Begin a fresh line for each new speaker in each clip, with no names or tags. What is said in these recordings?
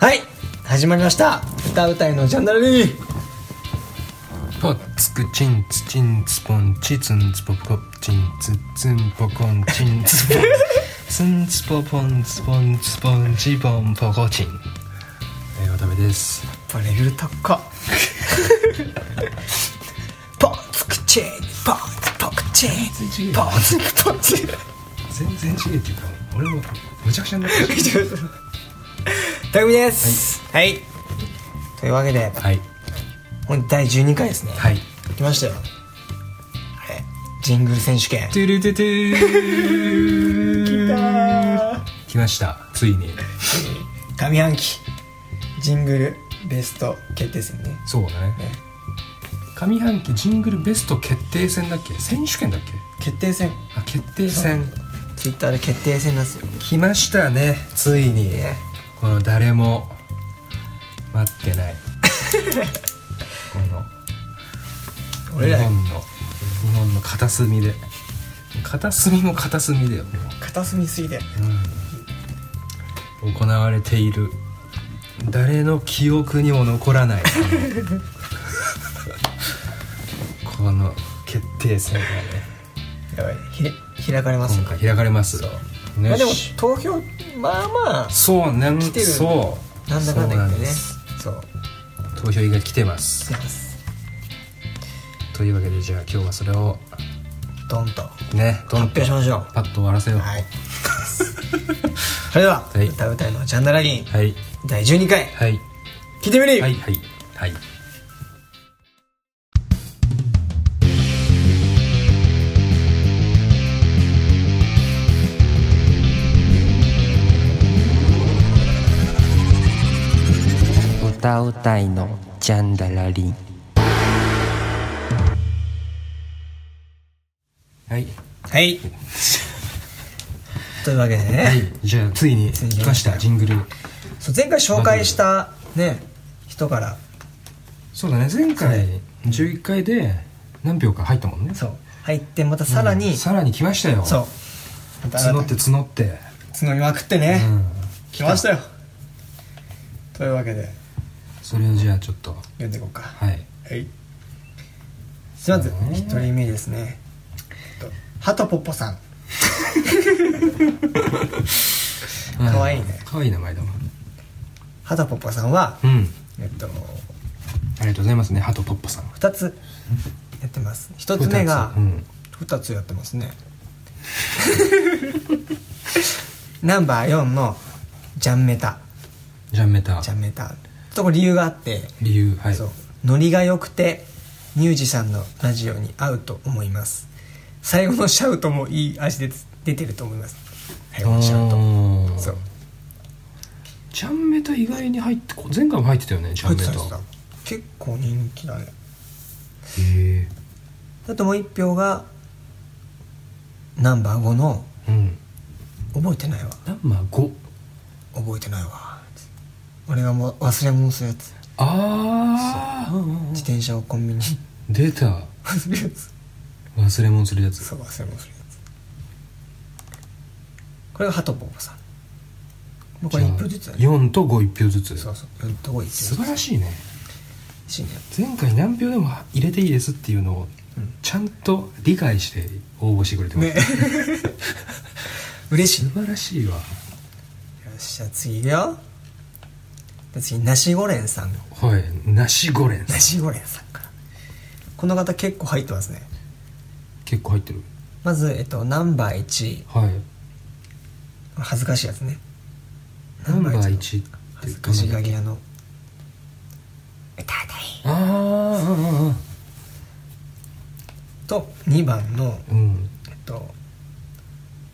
はい始まりました歌うたいのジャンダルミ
ポッツクチンツチンツポンチツンツポコチンツツンポコンチンツポンツンツポポンツポンツポンチポンポコチンえー、渡辺です
やっぱレベル高っ ポンツクチンポンツポクチンポンツクポンチン
全然違えっていうか俺もむちゃくちゃになってる
たくみですはい、というわけで
はい
本日第12回ですね
はい
来ましたよあれジングル選手権
トゥルトゥトゥ来ましたついに
上半期ジングルベスト決定戦ね
そうだね
ね
上半期ジングルベスト決定戦だっけ選手権だっけ
決定戦
あ決定戦
ツイッターで決定戦なんですよ
来ましたねついに
ね
この誰も待って ないこの
俺
日
ら
本の日本の片隅で片隅も片隅だよも
片隅すぎだよね
う、行われている誰の記憶にも残 らないこの決定戦がね
やばいひ開かれます
今
よ
回開かれます
そう
ね
まあでも
し
投票まあまあ
そうなん
来てる
そう
なんだかんだ言っ
そう
て
なん
ね
です
そう
投票が来てます
来てます
というわけでじゃあ今日はそれを
ドンと発
ねどん
表
と
しましょう
パッと終わらせよう
はいそれでは、
い
歌うたいのジャンダラギン
はい
第12回
はい
聞いてみる、
はいはいはい
歌うたいのジャンダラリン
はい、
はい というわけでね、
じゃあついに来ましたジングル
そう前回紹介したね人から
そうだね前回11回で何票か入ったもんね
そう入ってまたさらに、
うんさらに来ましたよ
そうまた新
募ったて募って
募りまくってね、
うん
来ましたよというわけで
それをじゃあちょっと
読んでいこうか
はい
はいまず
そうね
一人目ですねえっとハトポッポさんかわいいね
かわいい名前だもん
ハトポッポさんは
うん
えっと
ありがとうございますねハトポッポさん
2つやってます1つ目が
うん
2つやってますね ナンバー4のジャンメタ
ジャンメタ
ジャンメタとこれ理由があって、
理由はい
そうノリが良くてミュージシャンのラジオに合うと思います最後のシャウトもいい味で出てると思います最後のシャウト
おー
そう
ジャンメタ意外に入ってこ前回も入ってたよねジャ
入
ン
ってた
メタ
入ってた結構人気だね
へえ
あともう一票がナンバー5の
うん
「覚えてないわ
ナンバー5
覚えてないわ」俺がもう忘れ物するやつ
ああ
自転車をコンビニに
出た
忘れるやつ
忘れ物するやつ
そう忘れ物するやつこれがハトポポさんもうこれ1票ずつだね
4と5一票ずつ
そうそううんどこ行って
素
る
晴らしいね
シニ
前回何票でも入れていいですっていうのを
うん
ちゃんと理解して応募してくれて
ア
ます、
ね嬉しい
素晴らしいわ
よっしゃ次いくよで次ナシゴレンさん
はいナシゴレン
ナシゴレンさんからこの方結構入ってますね
結構入ってる
まず、えっと、ナンバー1
はい
恥ずかしいやつね
ナンバー
の
1って
恥ずかしがり屋の歌だい
あーあ
と2番の
ーあーうん
えっと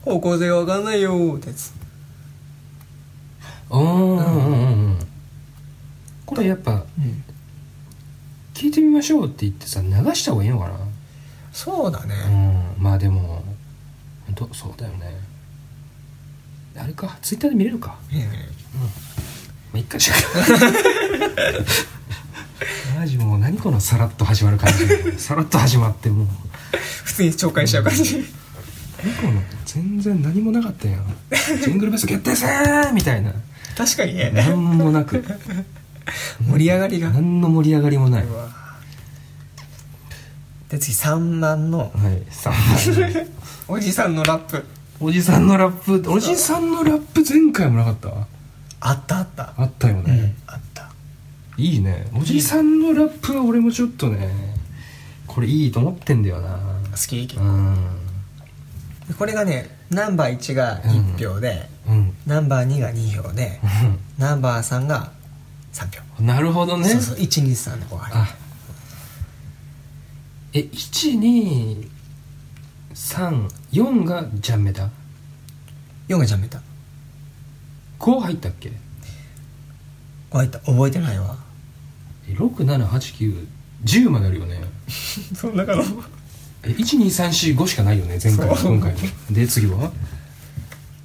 方向性わかんないよーってやつ
あーうんうんうんこれやっぱ
うん
聞いてみましょうって言ってさ流した方がいいのかな
そうだね、
うんまあでも本当そうだよねあれかツイッターで見れるか
いいね
まあ一回しかマジもう何このさらっと始まる感じさらっと始まってもう
普通に紹介しちゃう感じ
この全然何もなかったやんジングルベース決定戦みたいな
確かにね
何もなく
盛り上がりが
何の盛り上がりもないは
うわで次3番の
い3番
おじさんのラップ
おじさんのラップおじさんのラップ前回もなかった
あったあった
あったよ
う
ね
ん、あった
いいねおじさんのラップは俺もちょっとねこれいいと思ってんだよな
好き
うん
これがねナンバー1が1票で、
うん
ナンバー2が2票で、ナンバー3が3票
なるほどね
そうそう123の子が
あえ1234がジャンメだ
4がジャンメタ
5入ったっけ
こう入った覚えてないわ
?678910まであるよね
そん中の
え12345しかないよね前回
そう
今回ので次は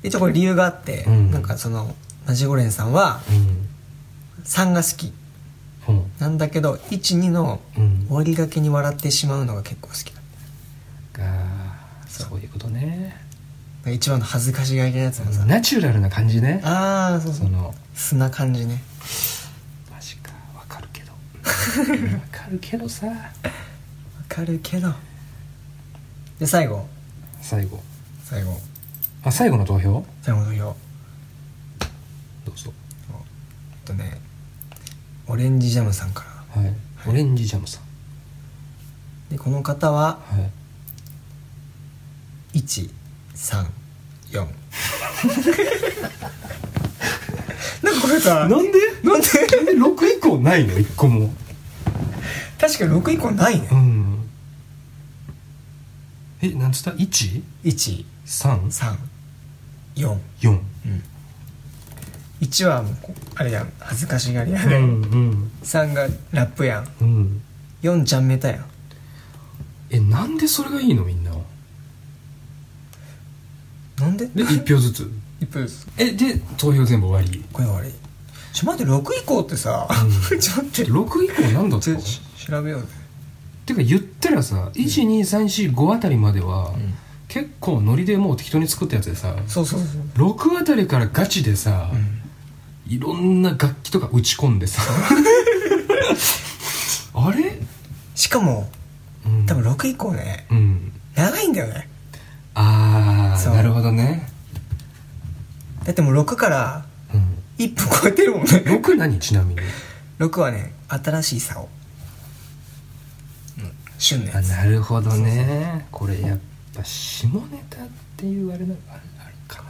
一応これ理由があって、
うん
なんかそのナジゴレンさんは
うん
3が好き
うん
なんだけど12の
うん
終わりがけに笑ってしまうのが結構好きだ
あーそういうことね
一番の恥ずかしがりのやつもさ、
ナチュラルな感じね
ああそうそ
そうの
素な感じね
マジかわかる けどわかるけどさ
わかるけどで最後
最後
最後
あ最後の投票
最後の投票
どうぞ
えっとねオレンジジャムさんから
はいオレンジジャムさん
でこの方は
はい
134 なんかこれさ
なんで
なんで
なんで6以降ないの1個も
確かに6以降ないね
うんえなんつった 1? 3
134
4
1はもうこあれやん恥ずかしがりや
う
ね、
んうん
3がラップやん
うん
4ちゃんめたやん
えなんでそれがいいのみんな
なんで
で1票ずつ
1分です
えで投票全部終わり
これ悪いちょ待って6以降ってさ、 ちょっと待って
6以降なんだった
ちょっ
の
とし調べようね
てか言ったらさ12345あたりまでは、
ん
結構ノリでもう適当に作ったやつでさ
そうそうそう
6あたりからガチでさ、いろんな楽器とか打ち込んで さあれ、
しかも
うん、
多分6以降ね
うん
長いんだよね
ああ
そう
なるほどね、
だってもう6から
うん、
1分超えてるもんね
6何ちなみに
6はね新しい竿、うん、旬の
あ
やつ
なるほどねこれやっぱ下ネタっていうあれなのああるかな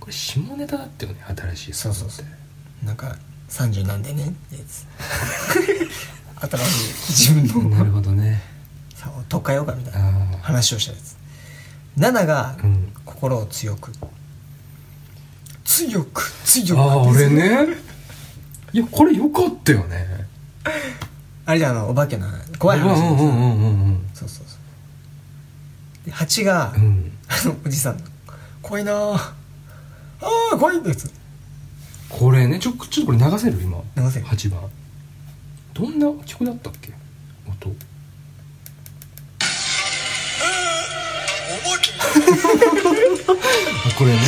これ下ネタだったよね新しい
そうそうそうなんか30なんでねってやつ 新しい自分
な
の
るほどね
竿を取っかえようかみたいな
ああ
話をしたやつ7が
うん
心を強く強く強く
ああ俺ねいやこれよかったよね
あれじゃんあのお化けの話怖い話
うんうんうんうん
そうそうそうで8が、
うんうん
あのおじさん怖いなああー怖いってやつ
これねちょちょっとこれ流せる今
流せる
8番どんな曲だったっけ音あこれね
お化けみたいどうなんだろうね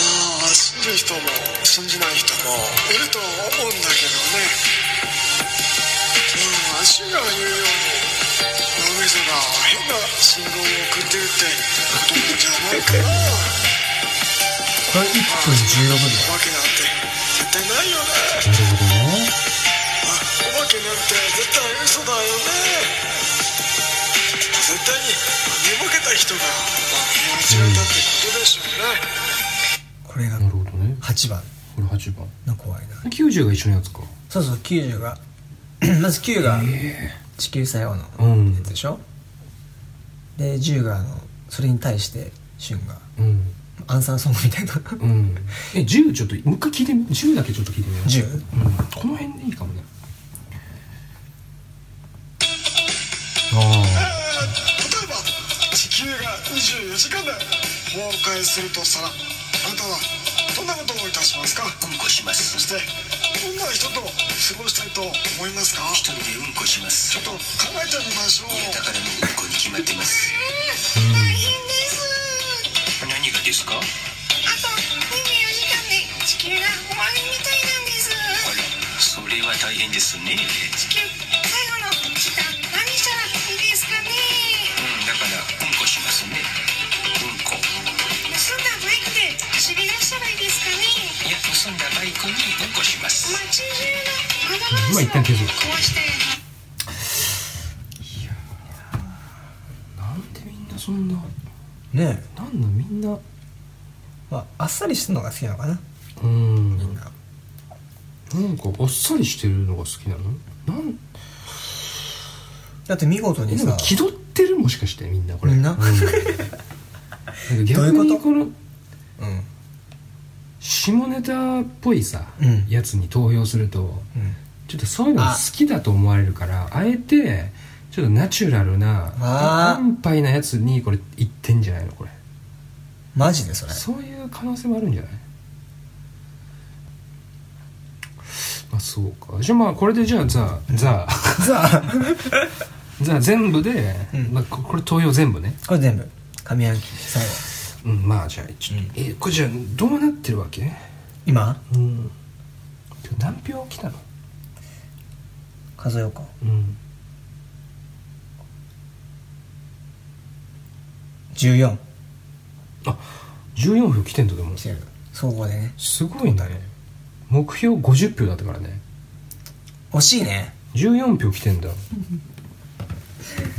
まあ信じる人も信じない人もいると思うんだけどねうん足が言うように脳みそが変な信号を送ってるってことなんじゃないかな
これ1分16
お化けなんて絶対ないよね
なるほどね
あお化けなんて絶対嘘だよね絶対に寝ぼけた人が間違えたってことでしょうね、
秒これが
なるほどね
8番
これ8番
の怖いな
90が一緒のやつか
そうそう90が まず9が地球最後の
うん
やつでしょ、で10があのそれに対してシュンが
うん
アンサーソングみたいな
うんえ10ちょっともう一回聞いてみ10だけちょっと聞いてみよう
10
うんこの辺でいいかもねあ
例えば地球が24時間でもう開するとしたらあなたはどんなことをいたしますかうんこしますそしてんな人と過ごしたいと思いますか
一人でうんこします
ちょっと考えてみましょう
だからもううんこに決まってます
大変です
何がですかあら
あと24時間で地球が終わるみたいなんです
それは大変ですねう
地球最後の時間何したらいいですかね
んだからうんこしますねうんこ
盗んだバイクで走り出したらいいですか
い
ね
や盗んだバイクにうんこします
街中のアドバイスを壊して
なんでみんなそんな
ね
なんだみんな
まあ、あっさりしたのが好きなのかな
うん
みんな
なんかあっさりしてるのが好きなのなん
だって見事
え
に
な
さ
んか気取ってるもしかしてみんなこれ
みんな
うなんか逆
どういう
に
こと
この
うんうん
下ネタっぽいさ、
うん
やつに投票するとちょっとそういうの好きだと思われるからあえてちょっとナチュラルな
あー
安牌なやつにこれいってんじゃないのこれ
マジでそれ
そういう可能性もあるんじゃないまあそうかじゃあまあこれでじゃあザ
さ
ザ
あ
ザ全部で、
うん
まあ、ここれ投票全部ね
これ全部上半期最後
うんまあじゃあちょっと、えこれじゃあどうなってるわけ
今
うん今日何票来たの
数えようか
うん
14
あ14票来てんだでも
来てる総合でね
すごいね目標50票だったからね
惜しいね
14票来てんだへ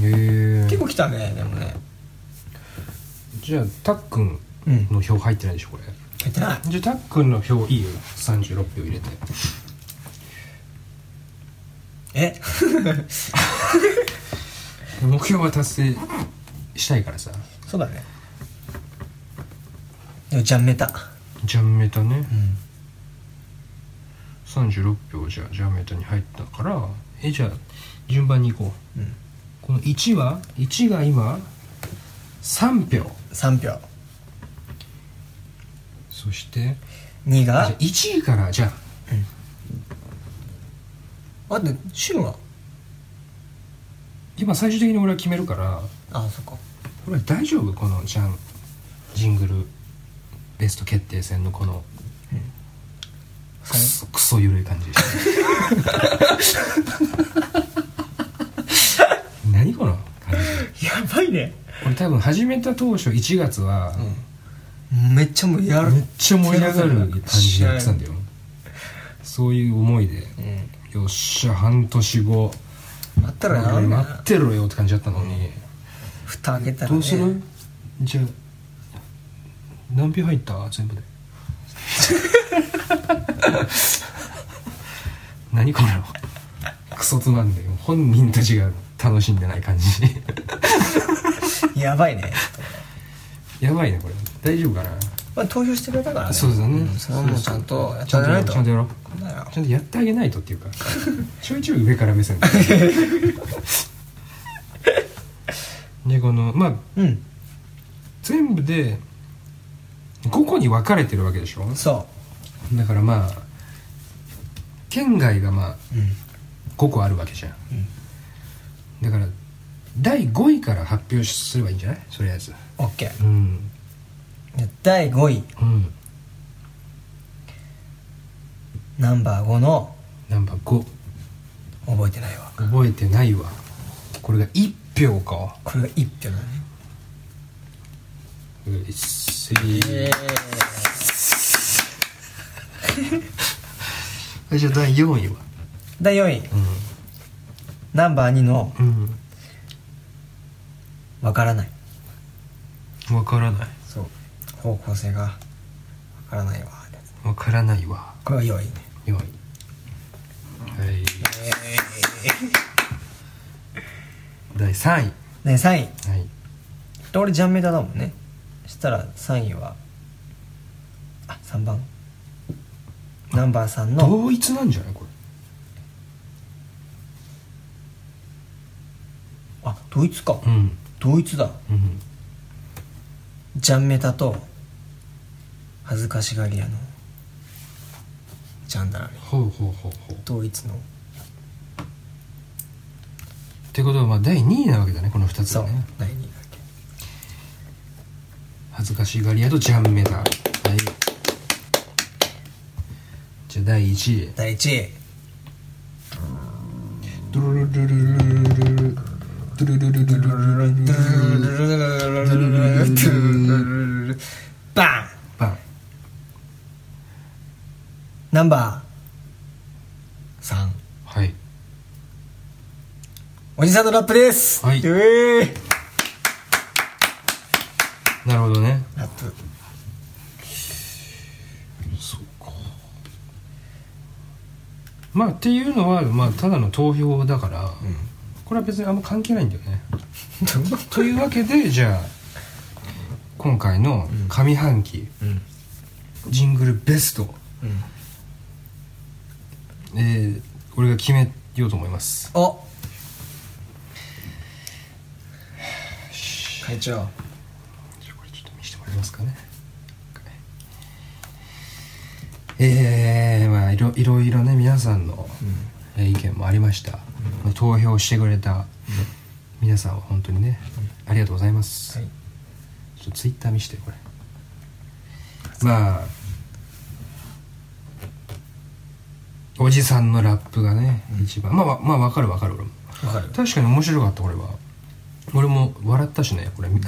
え
結構来たねでもね
じゃあたっくん
うん
の票入ってないでしょこれ
入ってない
じゃあたっくんの票いいよ36票入れて
え
目標は達成したいからさ
そうだねでもジャンメタ
ジャンメタね
うん
36票じゃあジャンメタに入ったからえじゃあ順番にいこう、
うん
この1は1が今3票
3票
そして
2
あ
が
じゃあ1位からじゃあ
あでシュンは
今最終的に俺は決めるから
あそっか
これ大丈夫このジャンジングルベスト決定戦のこのクソクソ緩い感じ 何この感じ
やばいね
俺多分始めた当初1月は
めっちゃもうやる
めっちゃ盛り上がる感じでやってたんだよそういう思いでよっしゃ半年後
うんあったらやる
待
な
ってろよって感じだったのに、
蓋開けたらね
どうする、じゃあ何票入った 全部で何これクソつまんねえよ本人たちが楽しんでない感じ
やばいね
やばいねこれ大丈夫かな、
まあ投票してくれたからね
そうだね、
んそれはもうちゃんとやっ
ち
て
ゃ
あ
ん
げないと
とやろうちゃんとやろう
なんだよ
ちゃんとやってあげない とっていうかちょいちょい上から目線ででこのまあ
うん
全部で5個に分かれてるわけでしょ
そ
だからまあ県外がまあ
ううん
5個あるわけじゃん、だから第5位から発表すればいいんじゃないとりあえず
オッケー
うん
じゃあ第5位
うん
ナンバー5の
ナンバー5
覚えてないわ
覚えてないわこれが1票か
これが1票だね
うっせーじゃあ第4位は
第4位ナンバー2の
うん、うん、
「わからない
分からない」
そう方向性がわからないわってやつ
分からないわ
これが4位ね
4位はい第3位
第3位
はい
で俺ジャンメタだもんねそしたら3位はあ3番ナンバー3の
同一なんじゃないこれ
あ同一か
うん
同一だ
うん
ジャンメタと恥ずかしがり屋のジャンダラリ
ほうほうほうほうっ
統一の
てことはまあ第2位なわけだねこの2つ
そう
はね
第2位だけ
恥ずかしがり屋とジャンメダはいじゃあ第1位
第1位
ドゥルルルルルルルルドゥルルルルルルルルルルル
バン
バン
ナンバー3
はい
おじさんのラップです
はいう
えー
なるほどね
ラップ
まあっていうのはまあただの投票だから、これは別にあんま関係ないんだよねというわけでじゃあ今回の上半期、
ん
ジングルベスト、えー俺が決めようと思います
お会長
じゃあこれちょっと見せてもらえますかねえー、まあいろいろいろね皆さんの、えー意見もありました、投票してくれた皆さんは本当にね、ありがとうございます、
はい
ちょっとツイッター見してこれまあおじさんのラップがね、一番まあまあまあわかるわかる俺も
わかる
確かに面白かったこれは俺も笑ったしねこれあの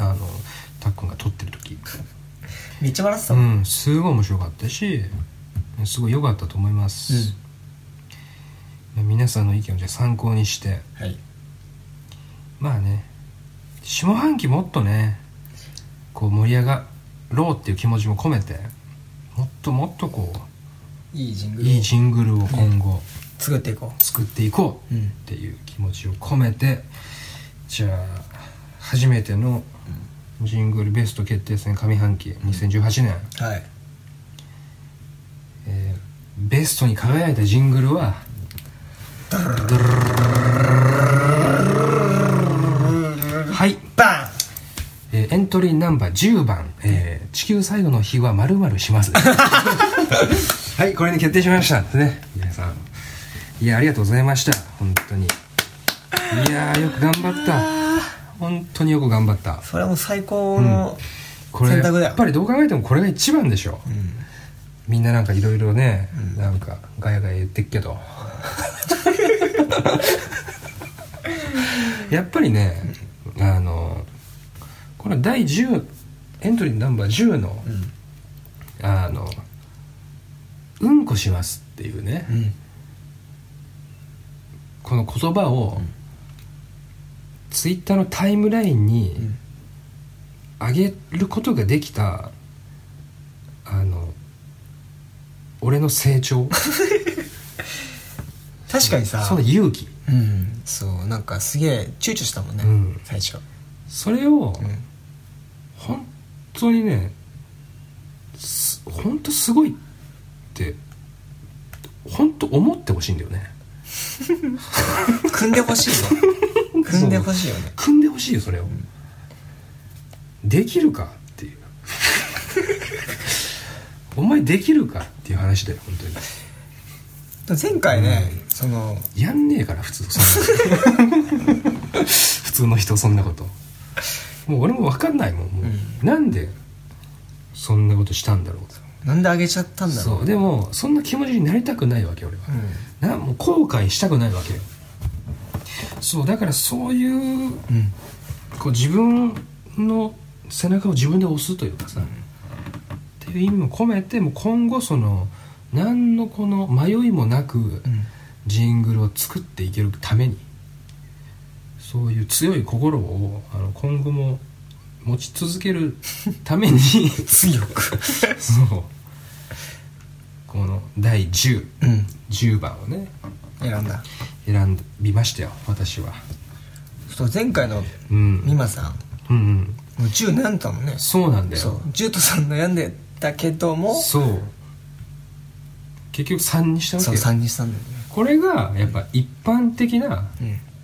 たっくんが撮ってる時
めっちゃ笑ってた
う
もん
んすごい面白かったしすごい良かったと思います、まあ皆さんの意見をじゃあ参考にして
はい
まあね下半期もっとねこう盛り上がろうっていう気持ちも込めてもっともっとこ
いいジング
う
ルを
いいジングルを今後
作っていこ
作っていこうっていう気持ちを込めてじゃあ初めてのジングルベスト決定戦上半期2018年、
うはい
えーベストに輝いたジングルははい、
バン
えーエントリーナンバー10番、えー地球最後の日はまるまるします」 はいこれに決定しましたね皆さんいやありがとうございました本当にいやーよく頑張った本当によく頑張った
それはもう最高の
これ
選択だよ
やっぱりどう考えてもこれが一番でしょ、みんななんかいろいろね、なんかガヤガヤ言ってっけ どやっぱりねあのこの第10エントリーナンバー10の、あのうんこしますっていうね、
ん
この言葉を、ツイッターのタイムラインに上げることができたあの俺の 成長
確かにさ
その勇気
うんそうなんかすげえ躊躇したもんね、
うん
最初
それを、
ん
本当にねす本当すごいって本当思ってほしいんだよね
組んでほしい よ組んでほしいよね
組んでほしいよそれを、できるかっていうお前できるかっていう話だよ本当に
前回ね、その
やんねえから普通そんな普通の人そんなこともう俺も分かんないもんもう、なんでそんなことしたんだろう
なんであげちゃったんだろ
そうでもそんな気持ちになりたくないわけ俺は、なもう後悔したくないわけよそうだからそういう,、こう自分の背中を自分で押すというかさ、っていう意味も込めてもう今後その何のこの迷いもなくジングルを作っていけるためにそういう強い心をあの今後も持ち続ける ために強くそうこの第1010
ううん
番をね
選んだ
選びましたよ私は
そう前回の
うん
美馬さん
うんうん
もう10悩んだもんね
そうなんだよ
そう10と3悩んでたけどもそ
そう結局3にしたわけ
う
よ
3にしたんだよね
これがやっぱ一般的な、
ん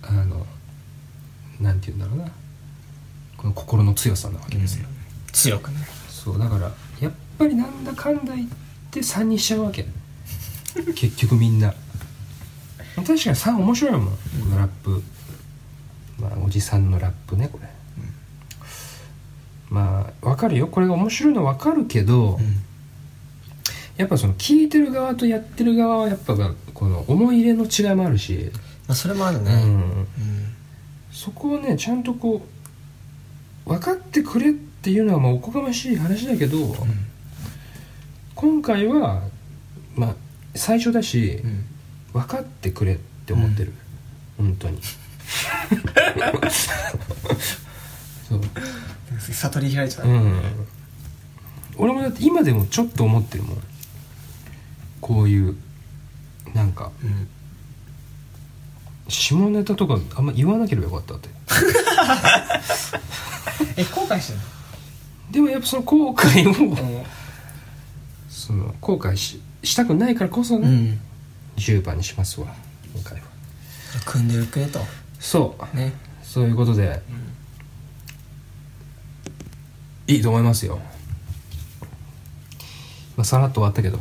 あのなんて言うんだろうなこの心の強さなわけですよ、
強くね
そうだからやっぱりなんだかんだ言って3にしちゃうわけ結局みんな確かに3面白いもんこのラップまあおじさんのラップねこれ、まあわかるよこれが面白いのわかるけど、やっぱその聞いてる側とやってる側はやっぱがこの思い入れの違いもあるし、
あ、それもある
う
ね、
ん、
うん
そこをねちゃんとこう分かってくれっていうのはまあおこがましい話だけど、今回は、まあ、最初だし、
ん
分かってくれって思ってる、本当にそう
悟り開いちゃう、
うん俺もだって今でもちょっと思ってるもんこういうなんか
うん
下ネタとかあんま言わなければよかったって
え後悔してる
でもやっぱその後悔を
の
その後悔ししたくないからこそね、
ん
10番にしますわ今回は
組んでくれと
そう
ね
そういうことで、いいと思いますよ、まあ、さらっと終わったけど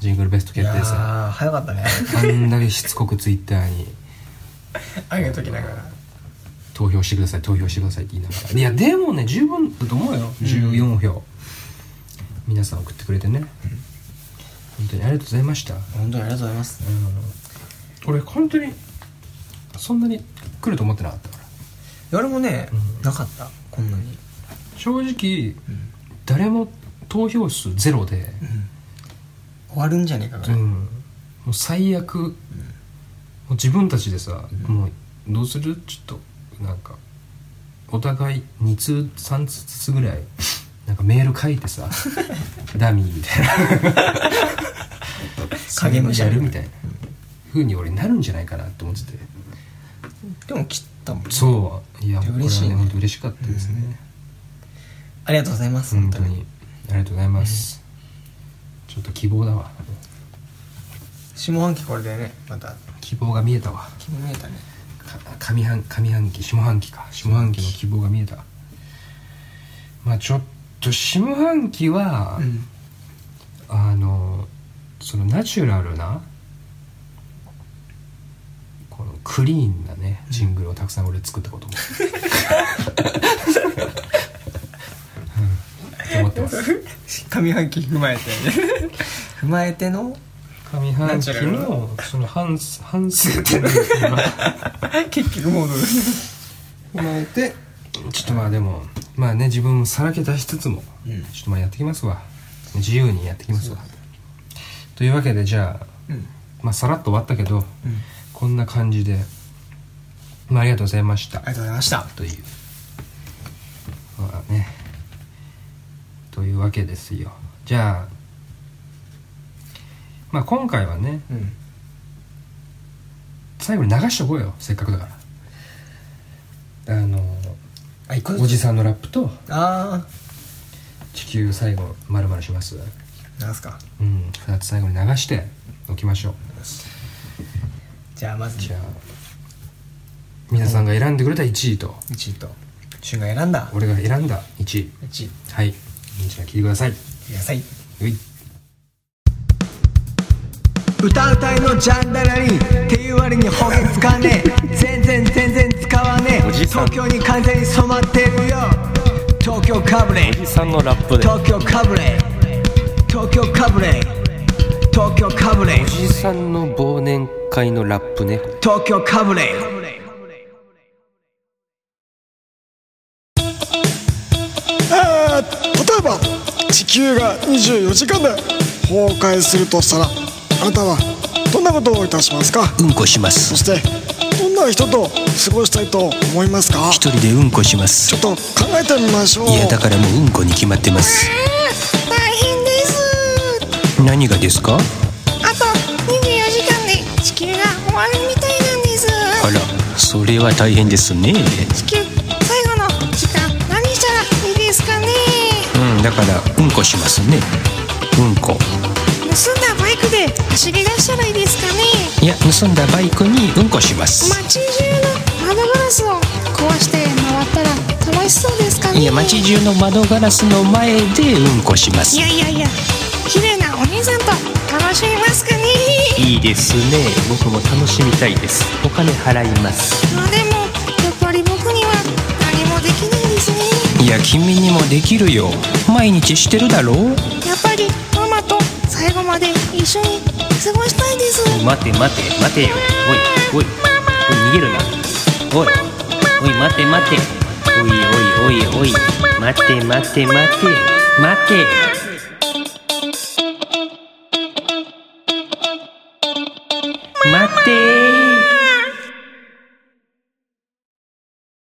ジングルベスト
い
決定戦
ー早かった ね
あんだけしつこくツイッターに
ありがとうきながら
投票してください投票してくださいって言いながらいやでもね十分だと思うよ14票、皆さん送ってくれてね、本当にありがとうございました
本当にありがとうございます
俺本当にそんなに来ると思ってなかったから
俺もね、なかったこんなに
正直、誰も投票数ゼロで、
終わるんじゃねえかぐ
う
らい、
んもう最悪、もう自分たちでさ、もうどうするちょっとなんかお互い2通3通ずつぐらいなんかメール書いて さダミーみたいな
影武者
やるみたいなふうに俺なるんじゃないかなと思ってて
でも切ったもん
そういやこれは
嬉しい
ね
ね
本当嬉しかったですね、
ありがとうございます
本
本
当
当
に
に
ありがとうございます、ちょっと希望だわ
下半期これでねまた
希望が見えたわ
気も見えたね
か上半上半期下半期か下半期の希望が見えたまあちょっと下半期は、
ん
あのそのナチュラルなこのクリーンなねジングルをたくさん俺作っ たことも、うん、と思ってます
上半期踏まえて踏まえての
上半期
ナチュラ
のその半半数点を
結局モード
踏まえてちょっとまあでもまあね自分もさらけ出しつつも、
うん
ちょっとまあやってきますわ自由にやってきますわというわけでじゃあ、
うん
まあさらっと終わったけど、こんな感じで、まあ、ありがとうございました
ありがとうございました
というまあねというわけですよじゃあまあ今回はね
うん
最後に流しておこうよせっかくだからあの
あ一個ずつ
おじさんのラップと
あ
地球最後まるまるします
あなんすか
うん2つ最後に流しておきましょう
じゃあまず
じゃあ皆さんが選んでくれた1位と
1位と旬が選んだ
俺が選んだ1位
1位
はいじゃあ聞いてください
野菜
うい
歌うたいのジャンダラリーっていう割にほげつかねえ全然全然使わねえ東京に完全に染まってるよ東京かぶれ
さんのラップで
東京かぶれ東京かぶれ東京かぶれ
おじさんの忘年会のラップね
東京かぶれ
えー例えば地球が24時間で崩壊するとしたらあなたはどんなことをいたしますか
うんこします
そしてどんな人と過ごしたいと思いますか
一人でうんこしま
ち
す
ょっと考えてみましょう
いやだからもううんこに決まってます
大変です
何がですか
あと24時間で地球が終わるみたいなんです
あらそれは大変ですね
地球最後の時間何したらいいですかね
うんだからうんこしますねうんこ
盗んだバイクで走り出したらいいですかね
いや盗んだバイクにうんこします
街中の窓ガラスを壊して回ったら楽しそうですかね
いや街中の窓ガラスの前でうんこします
いやいやいや綺麗なお兄さんと楽しみますかね
いいですね僕も楽しみたいですお金払います
あでもやっぱり僕には何もできないですね
いや君にもできるよ毎日してるだろう
やっぱりママと最後まで一緒に過ごしたいです
待て待て待てよおいおいおい逃げるなおいおい待て待ておいおいおいおい待て待て待て待て待て